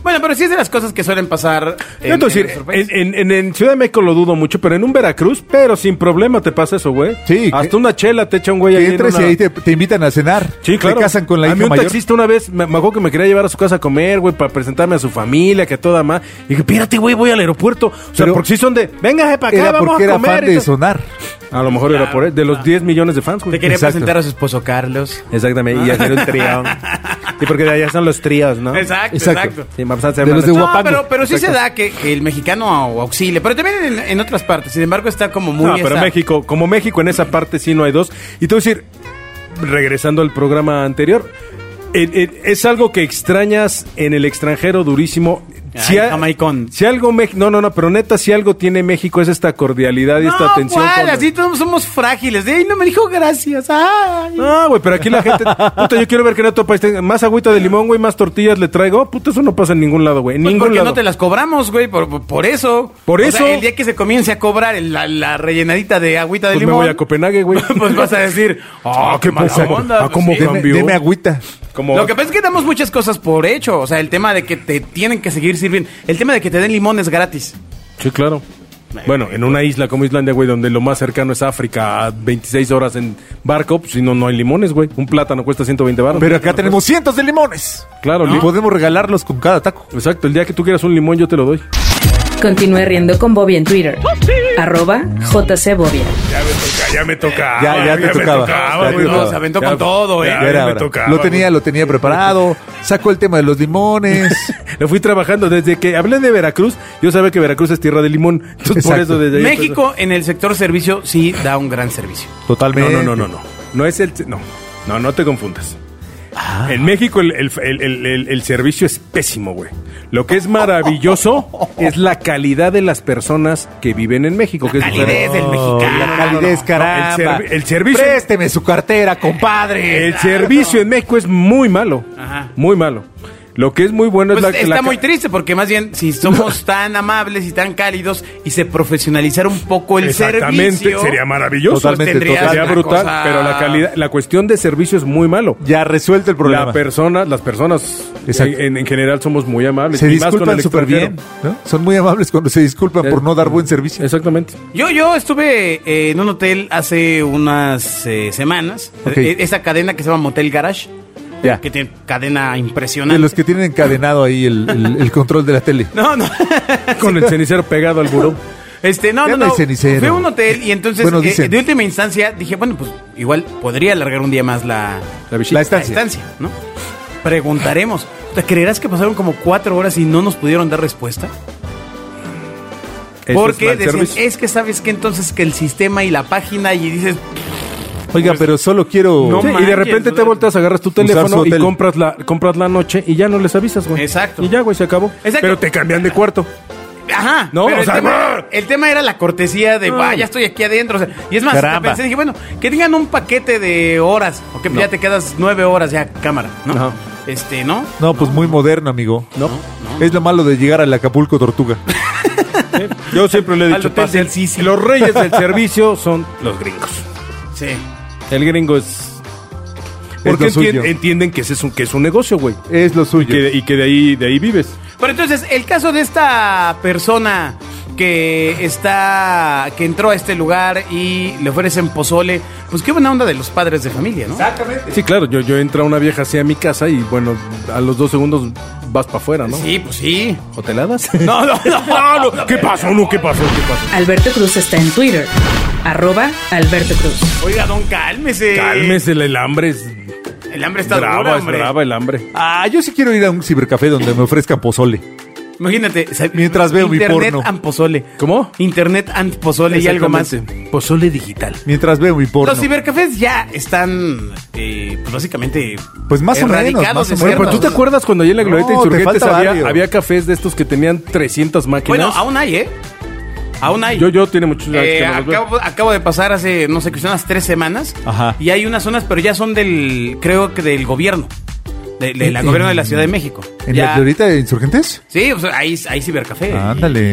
Speaker 2: Bueno, pero sí es de las cosas que suelen pasar.
Speaker 4: Yo te voy a decir,
Speaker 2: nuestro país.
Speaker 4: en, en- en- en Ciudad de México lo dudo mucho, pero en un Veracruz, pero sin problema te pasa eso, güey.
Speaker 3: Sí,
Speaker 4: Hasta
Speaker 3: que-
Speaker 4: una chela te echa un güey
Speaker 3: Que
Speaker 4: ahí. en
Speaker 3: entres
Speaker 4: una-
Speaker 3: y ahí te, te invitan a cenar.
Speaker 4: Sí, claro.
Speaker 3: Te casan con la
Speaker 4: a
Speaker 3: hija
Speaker 4: mí un
Speaker 3: mayor.
Speaker 4: taxista una vez, me, me acuerdo que me quería llevar a su casa a comer, güey, para presentarme a su familia, que a toda más. Y dije, espérate, güey, voy al aeropuerto. O sea,
Speaker 3: Pero-
Speaker 4: porque sí son de, venga, para acá,
Speaker 3: Era
Speaker 4: vamos
Speaker 3: porque
Speaker 4: a
Speaker 3: era
Speaker 4: comer.
Speaker 3: fan
Speaker 4: y
Speaker 3: de
Speaker 4: todo.
Speaker 3: sonar.
Speaker 4: A lo mejor era por él, de los 10 millones de fans, güey.
Speaker 2: Te quería
Speaker 3: Exacto.
Speaker 2: presentar a su esposo Carlos.
Speaker 4: Exactamente, y hacer un trío. sí, porque allá son los tríos, ¿no?
Speaker 2: Exacto,
Speaker 3: Exacto.
Speaker 2: exacto.
Speaker 4: Sí, vamos a hacer
Speaker 3: De
Speaker 4: más-
Speaker 3: los de
Speaker 2: No,
Speaker 3: Guapango.
Speaker 2: pero, pero sí se
Speaker 4: Exacto.
Speaker 2: da que, que el mexicano auxilie, pero también en, en otras partes. Sin embargo, está como muy.
Speaker 4: no, pero
Speaker 2: esa-
Speaker 4: México, como México en esa parte sí no hay dos. Y te voy a decir, regresando al programa anterior, en- en- es algo que extrañas en el extranjero durísimo. Si,
Speaker 2: Ay,
Speaker 4: a-
Speaker 2: jamaicón.
Speaker 4: si algo Mex- no, no, no, pero neta, si algo tiene México es esta cordialidad y esta atención.
Speaker 2: ¿cuál?
Speaker 4: con-
Speaker 2: así todos somos frágiles. De ahí no me dijo gracias. Ay. Pues
Speaker 4: No, güey, pero aquí la gente. Puta, yo quiero ver que en otro país tenga más agüita de limón, güey, más tortillas le traigo. Puta, eso no pasa en ningún lado, güey. En
Speaker 2: Pues
Speaker 4: ningún
Speaker 2: porque
Speaker 4: lado.
Speaker 2: no te las cobramos, güey, por, por- por eso.
Speaker 4: Por
Speaker 2: O
Speaker 4: eso.
Speaker 2: sea, el día que se comience a cobrar el- la, la rellenadita de agüita de
Speaker 4: Pues me
Speaker 2: limón.
Speaker 4: voy a Copenhague, güey.
Speaker 2: pues vas a decir, ah,
Speaker 4: Ah,
Speaker 2: qué,
Speaker 4: qué
Speaker 2: mala
Speaker 4: poco.
Speaker 2: onda. Pues
Speaker 4: Ah,
Speaker 2: sí.
Speaker 4: ¿cómo ven?
Speaker 3: Deme,
Speaker 4: Cambio.
Speaker 3: deme agüita.
Speaker 4: Como-
Speaker 2: Lo que pasa es que damos muchas cosas por hecho. O sea, el tema de que te tienen que seguir sirviendo. El tema de que te den limón es gratis.
Speaker 4: Sí, claro. Bueno, en una isla como Islandia, güey, donde lo más cercano es África, a 26 horas en barco, pues, si no, no hay limones, güey. Un plátano cuesta 120 baros.
Speaker 3: Pero acá tenemos cientos de limones.
Speaker 4: Claro,
Speaker 3: Y
Speaker 4: li-
Speaker 3: podemos regalarlos con cada taco.
Speaker 4: Exacto, el día que tú quieras un limón, yo te lo doy.
Speaker 1: Continúe riendo con Bobia en Twitter. Arroba JC Bobia.
Speaker 4: Ya me toca.
Speaker 3: Ya- ya te tocaba. Ya te
Speaker 2: güey, no,
Speaker 3: tocaba.
Speaker 2: se aventó
Speaker 4: Ya-
Speaker 2: con todo, eh.
Speaker 4: ya
Speaker 3: Ya era hora. lo tenía, lo tenía preparado. Sacó el tema de los limones.
Speaker 4: Lo fui trabajando desde que hablé de Veracruz. Yo sabía que Veracruz es tierra de limón. Entonces, por
Speaker 3: Exacto.
Speaker 4: eso desde ahí- pues,
Speaker 2: México en el sector servicio sí da un gran servicio.
Speaker 4: No,
Speaker 3: Totalmente.
Speaker 4: no, no, no, no. No es el. No, no, no te confundas.
Speaker 2: Ah.
Speaker 4: En México el, el- el- el- el- el servicio es pésimo, güey. Lo que es maravilloso es la calidad de las personas que viven en México. que es-
Speaker 2: calidez del mexicano.
Speaker 3: Oh, La calidez, caramba.
Speaker 4: servi- el servicio-
Speaker 3: Présteme su cartera, compadre.
Speaker 4: El servicio en México es muy malo.
Speaker 2: Ajá.
Speaker 4: Muy malo. Lo que es muy bueno
Speaker 2: Pues
Speaker 4: es la
Speaker 2: está
Speaker 4: la-
Speaker 2: muy triste porque más bien si somos tan amables y tan cálidos y se profesionalizar un poco el
Speaker 4: Exactamente,
Speaker 2: servicio
Speaker 4: sería maravilloso.
Speaker 3: Totalmente,
Speaker 2: tendrías
Speaker 3: total.
Speaker 4: Sería
Speaker 2: una
Speaker 4: brutal,
Speaker 2: cosa-
Speaker 4: pero la calidad, la cuestión de servicio es muy malo.
Speaker 3: Ya resuelto el
Speaker 4: La
Speaker 3: problema.
Speaker 4: persona, las personas
Speaker 3: Exacto.
Speaker 4: en, en general somos muy amables.
Speaker 3: Se
Speaker 4: y más con
Speaker 3: disculpan
Speaker 4: el
Speaker 3: súper bien.
Speaker 4: extranjero.
Speaker 3: ¿no? Son muy amables cuando se disculpan por no dar buen servicio.
Speaker 4: Exactamente.
Speaker 2: Yo, yo estuve eh, en un hotel hace unas eh, semanas.
Speaker 3: Ok.
Speaker 2: E- Esa cadena que se llama Motel Garage.
Speaker 3: Ya.
Speaker 2: Que tiene cadena impresionante.
Speaker 3: De los que tienen encadenado ahí el, el- el control de la tele.
Speaker 2: No, no.
Speaker 4: Con el cenicero pegado al buró.
Speaker 2: Este, no,
Speaker 3: Ya
Speaker 2: no,
Speaker 3: no hay
Speaker 2: no.
Speaker 3: cenicero.
Speaker 2: Fui a un hotel y entonces,
Speaker 3: Bueno,
Speaker 2: eh,
Speaker 3: dicen.
Speaker 2: de última instancia, dije, bueno, pues igual podría alargar un día más la,
Speaker 4: La bichita.
Speaker 3: La
Speaker 2: la
Speaker 3: estancia.
Speaker 2: estancia, ¿no? Preguntaremos. O sea, ¿Creerás que pasaron como cuatro horas y no nos pudieron dar respuesta?
Speaker 4: Eso es
Speaker 2: Porque
Speaker 4: mal
Speaker 2: decían, es,
Speaker 4: servicio.
Speaker 2: que sabes que entonces que el sistema y la página y dices,
Speaker 4: pues,
Speaker 3: Oiga, pero solo quiero.
Speaker 2: No
Speaker 4: Sí, y
Speaker 2: manches,
Speaker 4: de repente
Speaker 2: o
Speaker 4: te
Speaker 2: sea,
Speaker 4: volteas, agarras tu
Speaker 3: usar su
Speaker 4: teléfono y
Speaker 3: hotel.
Speaker 4: compras la, compras la noche y ya no les avisas, güey.
Speaker 2: Exacto.
Speaker 4: Y ya, güey, se acabó.
Speaker 2: Exacto.
Speaker 4: Pero te cambian de cuarto.
Speaker 2: ajá.
Speaker 4: No,
Speaker 2: pero
Speaker 4: o
Speaker 2: el,
Speaker 4: sea,
Speaker 2: tema,
Speaker 4: ¡brr!
Speaker 2: el tema era la cortesía de, vaya, ya estoy aquí adentro. o sea, y es más, hasta
Speaker 3: Caramba.
Speaker 2: pensé, dije, bueno, que tengan un paquete de horas, o que ya te quedas nueve horas ya, cámara, ¿no?
Speaker 4: Ajá.
Speaker 2: Este, ¿no?
Speaker 3: No, pues muy moderno, amigo.
Speaker 4: No.
Speaker 3: Es lo malo de llegar al Acapulco Tortuga.
Speaker 4: Yo siempre le he
Speaker 2: Al
Speaker 4: dicho,
Speaker 2: hotel del
Speaker 4: "Pasen".
Speaker 2: Sisi.
Speaker 4: los reyes del servicio son los gringos.
Speaker 2: Sí.
Speaker 4: El gringo es...
Speaker 3: Es
Speaker 4: Porque
Speaker 3: lo
Speaker 4: entien-
Speaker 3: suyo.
Speaker 4: entienden que ese es un, que es un negocio, güey.
Speaker 3: Es lo
Speaker 4: Y
Speaker 3: suyo.
Speaker 4: que, y que de, ahí, de ahí vives.
Speaker 2: Pero entonces, el caso de esta persona que está, que entró a este lugar y le ofrecen pozole, pues qué buena onda de los padres de familia, ¿no?
Speaker 4: Sí, claro, yo, yo entra una vieja así a mi casa y bueno, a los dos segundos vas para afuera, ¿no?
Speaker 2: Sí, pues sí.
Speaker 4: ¿Hoteladas?
Speaker 2: No, no, no, no.
Speaker 4: ¿Qué pasó? No, ¿qué pasó? ¿Qué pasó?
Speaker 1: Alberto Cruz está en Twitter. Arroba Alberto Cruz.
Speaker 2: Oiga, don, cálmese.
Speaker 4: Cálmese, el hambre es
Speaker 2: El hambre Eh, está
Speaker 4: brava,
Speaker 2: dura,
Speaker 4: es
Speaker 2: hombre.
Speaker 4: brava el hambre.
Speaker 3: Ah, yo sí quiero ir a un cibercafé donde me ofrezcan pozole.
Speaker 2: Imagínate. sa-
Speaker 3: Mientras veo mi
Speaker 2: Internet
Speaker 3: porno.
Speaker 2: and pozole.
Speaker 4: ¿Cómo?
Speaker 2: Internet and pozole y algo más.
Speaker 4: Pozole digital.
Speaker 3: Mientras veo mi porno.
Speaker 2: Los cibercafés ya están, eh, pues básicamente...
Speaker 3: Pues más o menos,
Speaker 2: erradicados
Speaker 3: más o
Speaker 2: de
Speaker 3: menos.
Speaker 4: Bueno, pero
Speaker 2: ciertas-
Speaker 4: ¿tú te acuerdas cuando allí en la
Speaker 3: No,
Speaker 4: Glorieta
Speaker 3: te
Speaker 4: Insurgentes
Speaker 3: falta
Speaker 4: había,
Speaker 3: varios.
Speaker 4: había cafés de estos que tenían 300 máquinas?
Speaker 2: Bueno, aún hay, ¿eh? Aún hay.
Speaker 4: Yo, yo, tiene muchos años
Speaker 2: Eh,
Speaker 4: que no los veo.
Speaker 2: acabo, acabo de pasar hace, no sé, que son unas tres semanas.
Speaker 3: Ajá.
Speaker 2: Y hay unas zonas, pero ya son del, creo que del gobierno. De, de la
Speaker 3: En-
Speaker 2: gobierno de la
Speaker 3: en-
Speaker 2: Ciudad de México.
Speaker 3: ¿En
Speaker 2: Ya-
Speaker 3: la glorieta de insurgentes?
Speaker 2: Sí, o sea, hay, hay cibercafé.
Speaker 3: Ándale.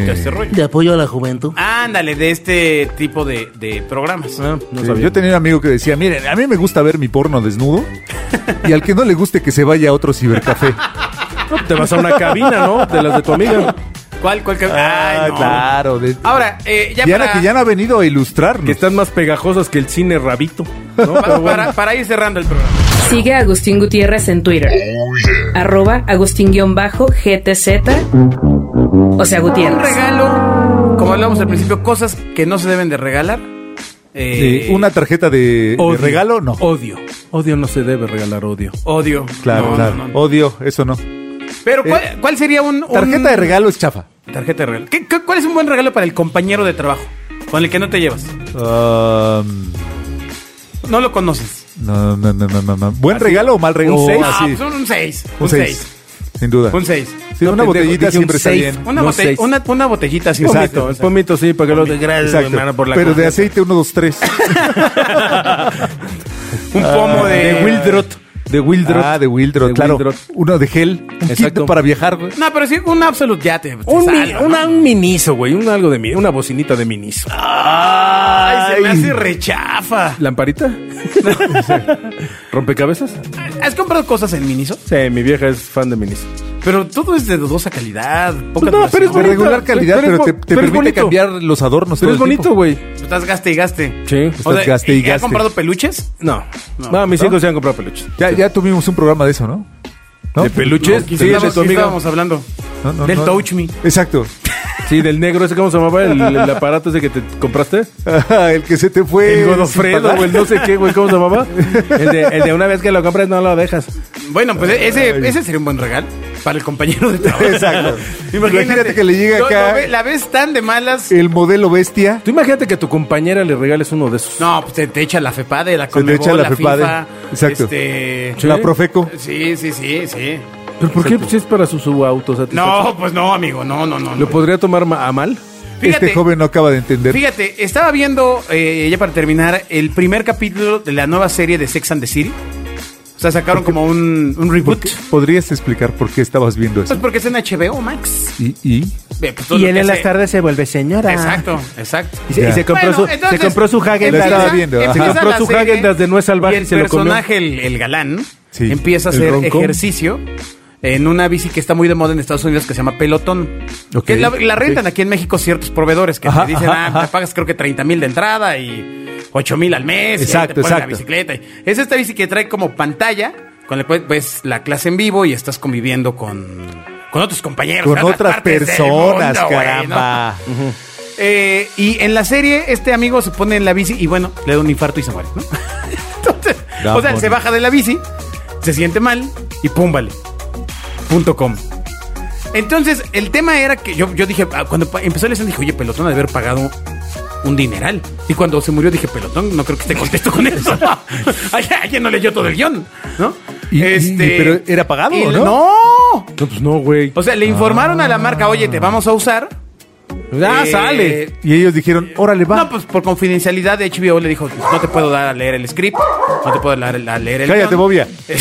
Speaker 2: y todo este rollo.
Speaker 5: De apoyo a la juventud.
Speaker 2: Ándale, de este tipo de, de programas.
Speaker 4: Ah, no
Speaker 3: Sí,
Speaker 4: sabía.
Speaker 3: yo tenía un amigo que decía, miren, a mí me gusta ver mi porno desnudo y al que no le guste que se vaya a otro cibercafé.
Speaker 4: No, te vas a una cabina, ¿no? De las de tu amiga.
Speaker 2: ¿Cuál? ¿Cuál? que-
Speaker 3: Ah,
Speaker 2: Ay, no.
Speaker 3: claro. de-
Speaker 4: Ah,
Speaker 2: Ahora, eh, ya
Speaker 3: Diana,
Speaker 2: para...
Speaker 3: que ya no ha venido a ilustrarnos.
Speaker 4: Que están más pegajosas que el cine rabito. ¿no?
Speaker 2: pa-
Speaker 4: Pero bueno.
Speaker 2: para, para ir cerrando el programa.
Speaker 1: Sigue a Agustín Gutiérrez en Twitter. Arroba Agustín-GTZ. O sea,
Speaker 2: Un
Speaker 1: Gutiérrez.
Speaker 2: regalo, como hablábamos al principio, cosas que no se deben de regalar. Eh,
Speaker 3: Sí, una tarjeta de, de
Speaker 4: Odio.
Speaker 3: regalo, no.
Speaker 4: Odio. Odio no se debe regalar odio.
Speaker 2: Odio.
Speaker 3: Claro,
Speaker 2: No,
Speaker 3: claro. Oh,
Speaker 2: no, no.
Speaker 3: Odio, eso no.
Speaker 2: Pero ¿cuál, cuál sería un, un-
Speaker 3: Tarjeta de regalo es chafa.
Speaker 2: tarjeta de regalo? ¿Qué- qué- ¿Cuál es un buen regalo para el compañero de trabajo con el que no te llevas?
Speaker 3: Um,
Speaker 2: No lo conoces.
Speaker 3: no, no, no, no, no, no. ¿Buen regalo o mal regalo?
Speaker 2: un
Speaker 3: Oh,
Speaker 2: 6.
Speaker 3: así.
Speaker 2: un 6.
Speaker 3: Oh, Un
Speaker 2: Un 6.
Speaker 3: seis. Sin duda.
Speaker 2: Un 6.
Speaker 3: Sí, una botellita siempre está bien.
Speaker 2: Una,
Speaker 4: No,
Speaker 2: bote-
Speaker 4: seis.
Speaker 2: una, una botellita sin
Speaker 4: Exacto,
Speaker 2: sal.
Speaker 4: pomito, sí, para que lo degrades,
Speaker 3: Exacto.
Speaker 4: hermano, por la
Speaker 3: Pero de
Speaker 4: comida.
Speaker 3: aceite, uno, dos, tres.
Speaker 2: Un pomo de...
Speaker 4: Ah. De Wildrot. De Wildrot.
Speaker 3: Ah, de Wildrot,
Speaker 4: De
Speaker 3: claro.
Speaker 4: Wildrot.
Speaker 3: Uno de gel. Un kit
Speaker 4: Exacto.
Speaker 3: para viajar, güey.
Speaker 2: No, pero sí, un Absolute ya te, te
Speaker 4: Un, mi-
Speaker 2: salva, ¿no?
Speaker 4: una- un miniso, güey. Un algo de mi- una bocinita de miniso.
Speaker 2: Ay, se me
Speaker 3: Ay.
Speaker 2: hace rechafa.
Speaker 4: ¿Lamparita? ¿Rompecabezas?
Speaker 2: ¿Has comprado cosas en Miniso?
Speaker 4: Sí, mi vieja es fan de miniso.
Speaker 2: Pero todo es de dudosa calidad. Poca
Speaker 4: Pues no,
Speaker 2: duración.
Speaker 4: pero es
Speaker 3: De
Speaker 4: bonito.
Speaker 3: regular calidad,
Speaker 4: Pero es
Speaker 3: pero,
Speaker 4: bo-
Speaker 3: te, te
Speaker 4: pero es
Speaker 3: permite
Speaker 4: bonito.
Speaker 3: cambiar los adornos.
Speaker 4: Pero
Speaker 3: todo
Speaker 4: es
Speaker 3: el
Speaker 4: bonito,
Speaker 3: tiempo.
Speaker 4: güey.
Speaker 2: Estás gaste y gaste.
Speaker 4: Sí.
Speaker 3: Estás gaste y
Speaker 2: ¿y ¿Has
Speaker 3: gaste.
Speaker 2: comprado peluches?
Speaker 4: No. No,
Speaker 2: No,
Speaker 4: mis
Speaker 3: ¿no?
Speaker 4: hijos se han comprado peluches.
Speaker 3: Ya, ya tuvimos un programa de eso, ¿no? ¿No?
Speaker 4: ¿De peluches?
Speaker 2: ¿Qué
Speaker 4: sí, de
Speaker 2: estábamos,
Speaker 4: tu
Speaker 2: qué
Speaker 4: amigo.
Speaker 2: estábamos hablando?
Speaker 3: No, no,
Speaker 2: Del
Speaker 3: no.
Speaker 2: Touch Me.
Speaker 3: Exacto.
Speaker 4: Sí, del negro ese, ¿cómo se llamaba? El, el aparato ese que te compraste.
Speaker 3: el que se te fue.
Speaker 4: El
Speaker 3: sin
Speaker 4: Godofredo,
Speaker 3: pagar.
Speaker 4: o el no sé qué, güey, ¿cómo se llamaba? El de, el de una vez que lo compras no lo dejas.
Speaker 2: Bueno, pues ese, ese sería un buen regalo para el compañero de trabajo.
Speaker 3: Exacto. Imagínate que le llegue
Speaker 2: No,
Speaker 3: acá-
Speaker 2: no, ve- la ves tan de malas.
Speaker 3: El modelo bestia.
Speaker 4: Tú imagínate que a tu compañera le regales uno de esos.
Speaker 2: No, pues te, te echa la FEPADE, la
Speaker 3: te echa
Speaker 2: CONMEBOL,
Speaker 3: la
Speaker 2: la,
Speaker 3: FEPADE.
Speaker 2: FIFA.
Speaker 3: Exacto.
Speaker 2: Este...
Speaker 4: Sí.
Speaker 3: La Profeco.
Speaker 2: Sí, sí, sí, sí.
Speaker 4: ¿Pero por qué? Pues es para su, su autosatisfacción.
Speaker 2: No, pues no, amigo, no, no, no.
Speaker 4: ¿Lo
Speaker 2: no.
Speaker 4: podría tomar ma- a mal?
Speaker 2: Fíjate,
Speaker 3: Este joven no acaba de entender.
Speaker 2: fíjate, estaba viendo, eh, ya para terminar, el primer capítulo de la nueva serie de Sex and the City. O sea, sacaron como un, un
Speaker 3: ¿Por
Speaker 2: reboot.
Speaker 3: qué? ¿Podrías explicar por qué estabas viendo
Speaker 2: Pues
Speaker 3: eso?
Speaker 2: porque es en HBO Max.
Speaker 3: Y, y-
Speaker 2: Ve, pues todo
Speaker 5: Y
Speaker 2: lo
Speaker 5: él
Speaker 2: que
Speaker 5: en las
Speaker 2: hace-
Speaker 5: tardes se vuelve señora.
Speaker 2: Exacto, exacto.
Speaker 4: Y se,
Speaker 3: Ya.
Speaker 4: y se compró,
Speaker 2: Bueno,
Speaker 4: su,
Speaker 2: entonces,
Speaker 4: se compró su Hagen
Speaker 3: La estaba
Speaker 2: empieza-
Speaker 3: viendo, ajá.
Speaker 2: empieza
Speaker 4: Compró
Speaker 2: la
Speaker 4: su
Speaker 2: serie
Speaker 4: Häagen-Dazs de nuez
Speaker 2: ¿eh?
Speaker 4: salvaje
Speaker 2: y
Speaker 4: y
Speaker 2: el
Speaker 4: se lo comió.
Speaker 2: personaje, el, el galán,
Speaker 3: Sí.
Speaker 2: empieza a
Speaker 3: ¿El
Speaker 2: hacer
Speaker 3: ronco?
Speaker 2: ejercicio en una bici que está muy de moda en Estados Unidos que se llama Pelotón.
Speaker 3: Ok.
Speaker 2: Que la, la rentan aquí en México ciertos proveedores que
Speaker 3: Ajá,
Speaker 2: te dicen,
Speaker 3: ajá,
Speaker 2: ah,
Speaker 3: ajá.
Speaker 2: te pagas creo que 30 mil de entrada y 8 mil al mes.
Speaker 3: Exacto,
Speaker 2: y ahí te ponen
Speaker 3: exacto.
Speaker 2: la bicicleta. Y- Es esta bici que trae como pantalla, con la cual ves la clase en vivo y estás conviviendo con... Con otros compañeros.
Speaker 3: con
Speaker 2: de
Speaker 3: otras
Speaker 2: partes del
Speaker 3: personas,
Speaker 2: mundo, güey, ¿no?
Speaker 3: caramba.
Speaker 2: Eh, y en la serie, este amigo se pone en la bici y bueno, le da un infarto y se muere, ¿no? Entonces,
Speaker 3: Da
Speaker 2: o sea, él
Speaker 3: por-
Speaker 2: se baja de la bici, se siente mal y pum, vale. Punto com. Entonces, el tema era que yo, yo dije, ah, cuando pa- empezó la escena, dije, oye, pelotón ha de haber pagado un dineral. Y cuando se murió, dije, pelotón, no creo que esté contento con eso. Ay, Alguien no leyó todo el guión, ¿no? Este,
Speaker 3: Y- y- pero era pagado,
Speaker 2: y-
Speaker 3: ¿no? Ah.
Speaker 2: No.
Speaker 4: No, pues no, güey.
Speaker 2: O sea, le informaron a la marca, oye, te vamos a usar.
Speaker 4: ah,
Speaker 2: eh,
Speaker 4: sale.
Speaker 3: y ellos dijeron, órale, va.
Speaker 2: No, pues por confidencialidad de HBO le dijo, no te puedo dar a leer el script, no te puedo dar a leer el
Speaker 3: Cállate,
Speaker 2: guión".
Speaker 3: Bobia.
Speaker 2: Eh,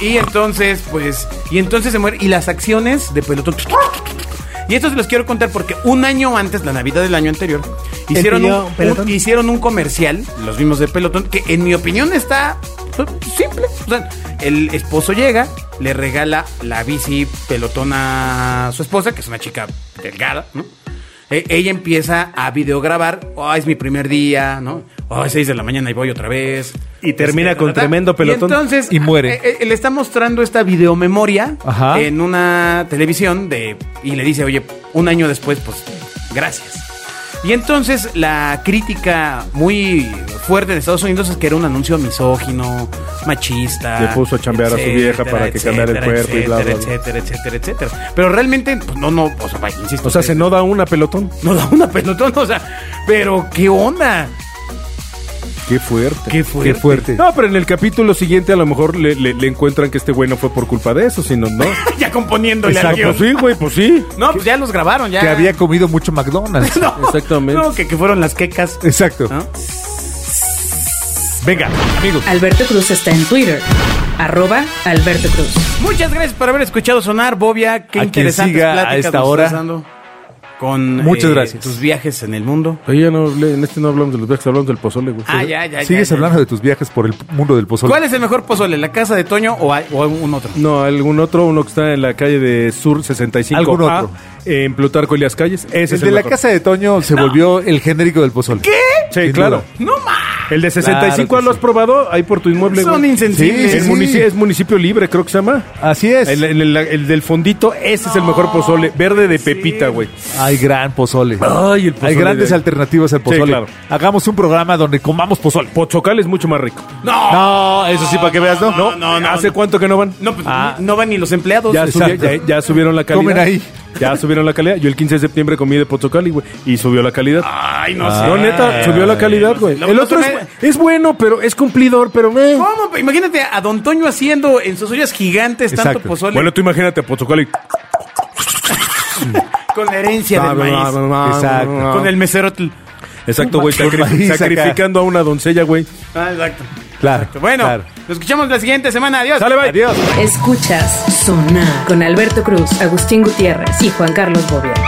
Speaker 2: y entonces, pues, y entonces se muere. Y las acciones de pelotón. Y estos los quiero contar porque un año antes, la Navidad del año anterior, hicieron
Speaker 5: pidió
Speaker 2: un,
Speaker 5: Pelotón.
Speaker 2: un- hicieron un comercial, los mismos de pelotón, que en mi opinión está pues, simple. O sea, el esposo llega, le regala la bici pelotón a su esposa, que es una chica delgada, ¿no? Eh, ella empieza a videograbar, oh, es mi primer día, ¿no? Oh, es 6 de la mañana y voy otra vez. Este,
Speaker 4: Y termina con tremendo pelotón.
Speaker 2: Y entonces
Speaker 3: Y muere.
Speaker 2: eh, eh, le está mostrando esta videomemoria
Speaker 3: Ajá.
Speaker 2: en una televisión de y le dice, oye, un año después, pues, gracias. Y entonces la crítica muy fuerte en Estados Unidos es que era un anuncio misógino, machista.
Speaker 4: Le puso a chambear a su vieja para que cambiara el cuerpo y bla, bla, bla.
Speaker 2: Etcétera, etcétera, etcétera. Pero realmente, pues, no, no, o sea, vaya, insisto.
Speaker 4: O sea, se
Speaker 2: es-
Speaker 4: no da una pelotón.
Speaker 2: no da una pelotón, o sea, pero ¿qué onda?
Speaker 4: Qué fuerte.
Speaker 2: Qué fuerte.
Speaker 3: Qué fuerte.
Speaker 4: No, pero en el capítulo siguiente a lo mejor le, le- le encuentran que este güey no fue por culpa de eso, sino no.
Speaker 2: ya componiéndole al
Speaker 4: Exacto,
Speaker 2: guión.
Speaker 4: pues sí, güey, pues sí.
Speaker 2: No, pues ya los grabaron, ya.
Speaker 3: Que había comido mucho McDonald's.
Speaker 2: No,
Speaker 4: Exactamente.
Speaker 2: No, que, que fueron las quecas.
Speaker 3: Exacto.
Speaker 2: ¿no?
Speaker 3: Venga, amigos.
Speaker 1: Alberto Cruz está en Twitter. Arroba Alberto Cruz.
Speaker 2: Muchas gracias por haber escuchado sonar, Bobia. Qué
Speaker 3: A quien
Speaker 2: interesantes
Speaker 3: siga a
Speaker 2: pláticas nos
Speaker 3: esta
Speaker 2: estás
Speaker 3: hora.
Speaker 2: dando con eh,
Speaker 3: Muchas gracias.
Speaker 2: tus viajes en el mundo.
Speaker 4: Oye, ya no hablé- en este no hablamos de los viajes, hablamos del pozole, güey.
Speaker 2: Ah, ya, ya.
Speaker 3: Sigues
Speaker 2: ya, ya.
Speaker 3: hablando de tus viajes por el mundo del pozole.
Speaker 2: ¿Cuál es el mejor pozole? ¿La casa de Toño o, hay- o algún otro?
Speaker 4: No, algún otro, uno que está en la calle de Sur 65
Speaker 3: Algún
Speaker 4: A,
Speaker 3: otro.
Speaker 4: en Plutarco y las calles. Ese es
Speaker 3: el
Speaker 4: el
Speaker 3: de la
Speaker 4: mejor.
Speaker 3: casa de Toño se volvió el genérico del pozole. ¿Qué?
Speaker 4: Sí, claro.
Speaker 2: No más.
Speaker 4: El de 65
Speaker 3: Claro que
Speaker 4: A, lo has
Speaker 3: sí.
Speaker 4: probado ahí por tu inmueble.
Speaker 2: Son
Speaker 4: güey.
Speaker 2: insensibles.
Speaker 4: El
Speaker 3: Sí, sí,
Speaker 4: munici-
Speaker 3: sí.
Speaker 4: Es municipio libre, creo que se llama.
Speaker 3: Así es.
Speaker 4: El, el- el- el del fondito, ese es el mejor pozole, verde de pepita, güey.
Speaker 3: Hay gran pozole.
Speaker 4: Ay, el pozole
Speaker 3: Hay grandes
Speaker 4: de-
Speaker 3: alternativas al
Speaker 4: Sí,
Speaker 3: pozole.
Speaker 4: claro.
Speaker 3: Hagamos un programa donde comamos pozole.
Speaker 4: Pochocal es mucho más rico.
Speaker 2: No.
Speaker 3: No, eso sí, para que veas, ¿no?
Speaker 2: No, no, no.
Speaker 4: ¿Hace cuánto que no van? Ah,
Speaker 2: No, pues, no van ni los empleados.
Speaker 4: Ya, subi-
Speaker 3: Exacto.
Speaker 4: ya- ya subieron la calidad.
Speaker 3: Comen ahí.
Speaker 4: Ya subieron la calidad. Yo el 15 de septiembre comí de Pochocali, güey. Y subió la calidad.
Speaker 2: Ay, Ah, no sé.
Speaker 4: no, Ah. neta, subió la calidad, güey.
Speaker 2: Lo-
Speaker 4: El
Speaker 2: no
Speaker 4: otro
Speaker 2: se
Speaker 4: es,
Speaker 2: me-
Speaker 4: bu- es bueno, pero es cumplidor, pero eh.
Speaker 2: ¿Cómo? Imagínate a Don Toño haciendo en sus ollas gigantes tanto
Speaker 3: Exacto.
Speaker 2: pozole
Speaker 4: Bueno, tú imagínate a Pozocoli.
Speaker 2: con la herencia del maíz.
Speaker 3: Exacto.
Speaker 2: Con el mesero.
Speaker 4: Exacto, güey.
Speaker 3: Con
Speaker 4: sacri-
Speaker 3: maíz acá.
Speaker 4: sacrificando a una doncella, güey.
Speaker 2: Ah, exacto.
Speaker 3: Claro.
Speaker 2: Bueno,
Speaker 3: claro.
Speaker 2: nos escuchamos la siguiente semana. Adiós.
Speaker 4: Sale, bye.
Speaker 3: Adiós.
Speaker 1: Escuchas Sonar con Alberto Cruz, Agustín Gutiérrez y Juan Carlos Bobia.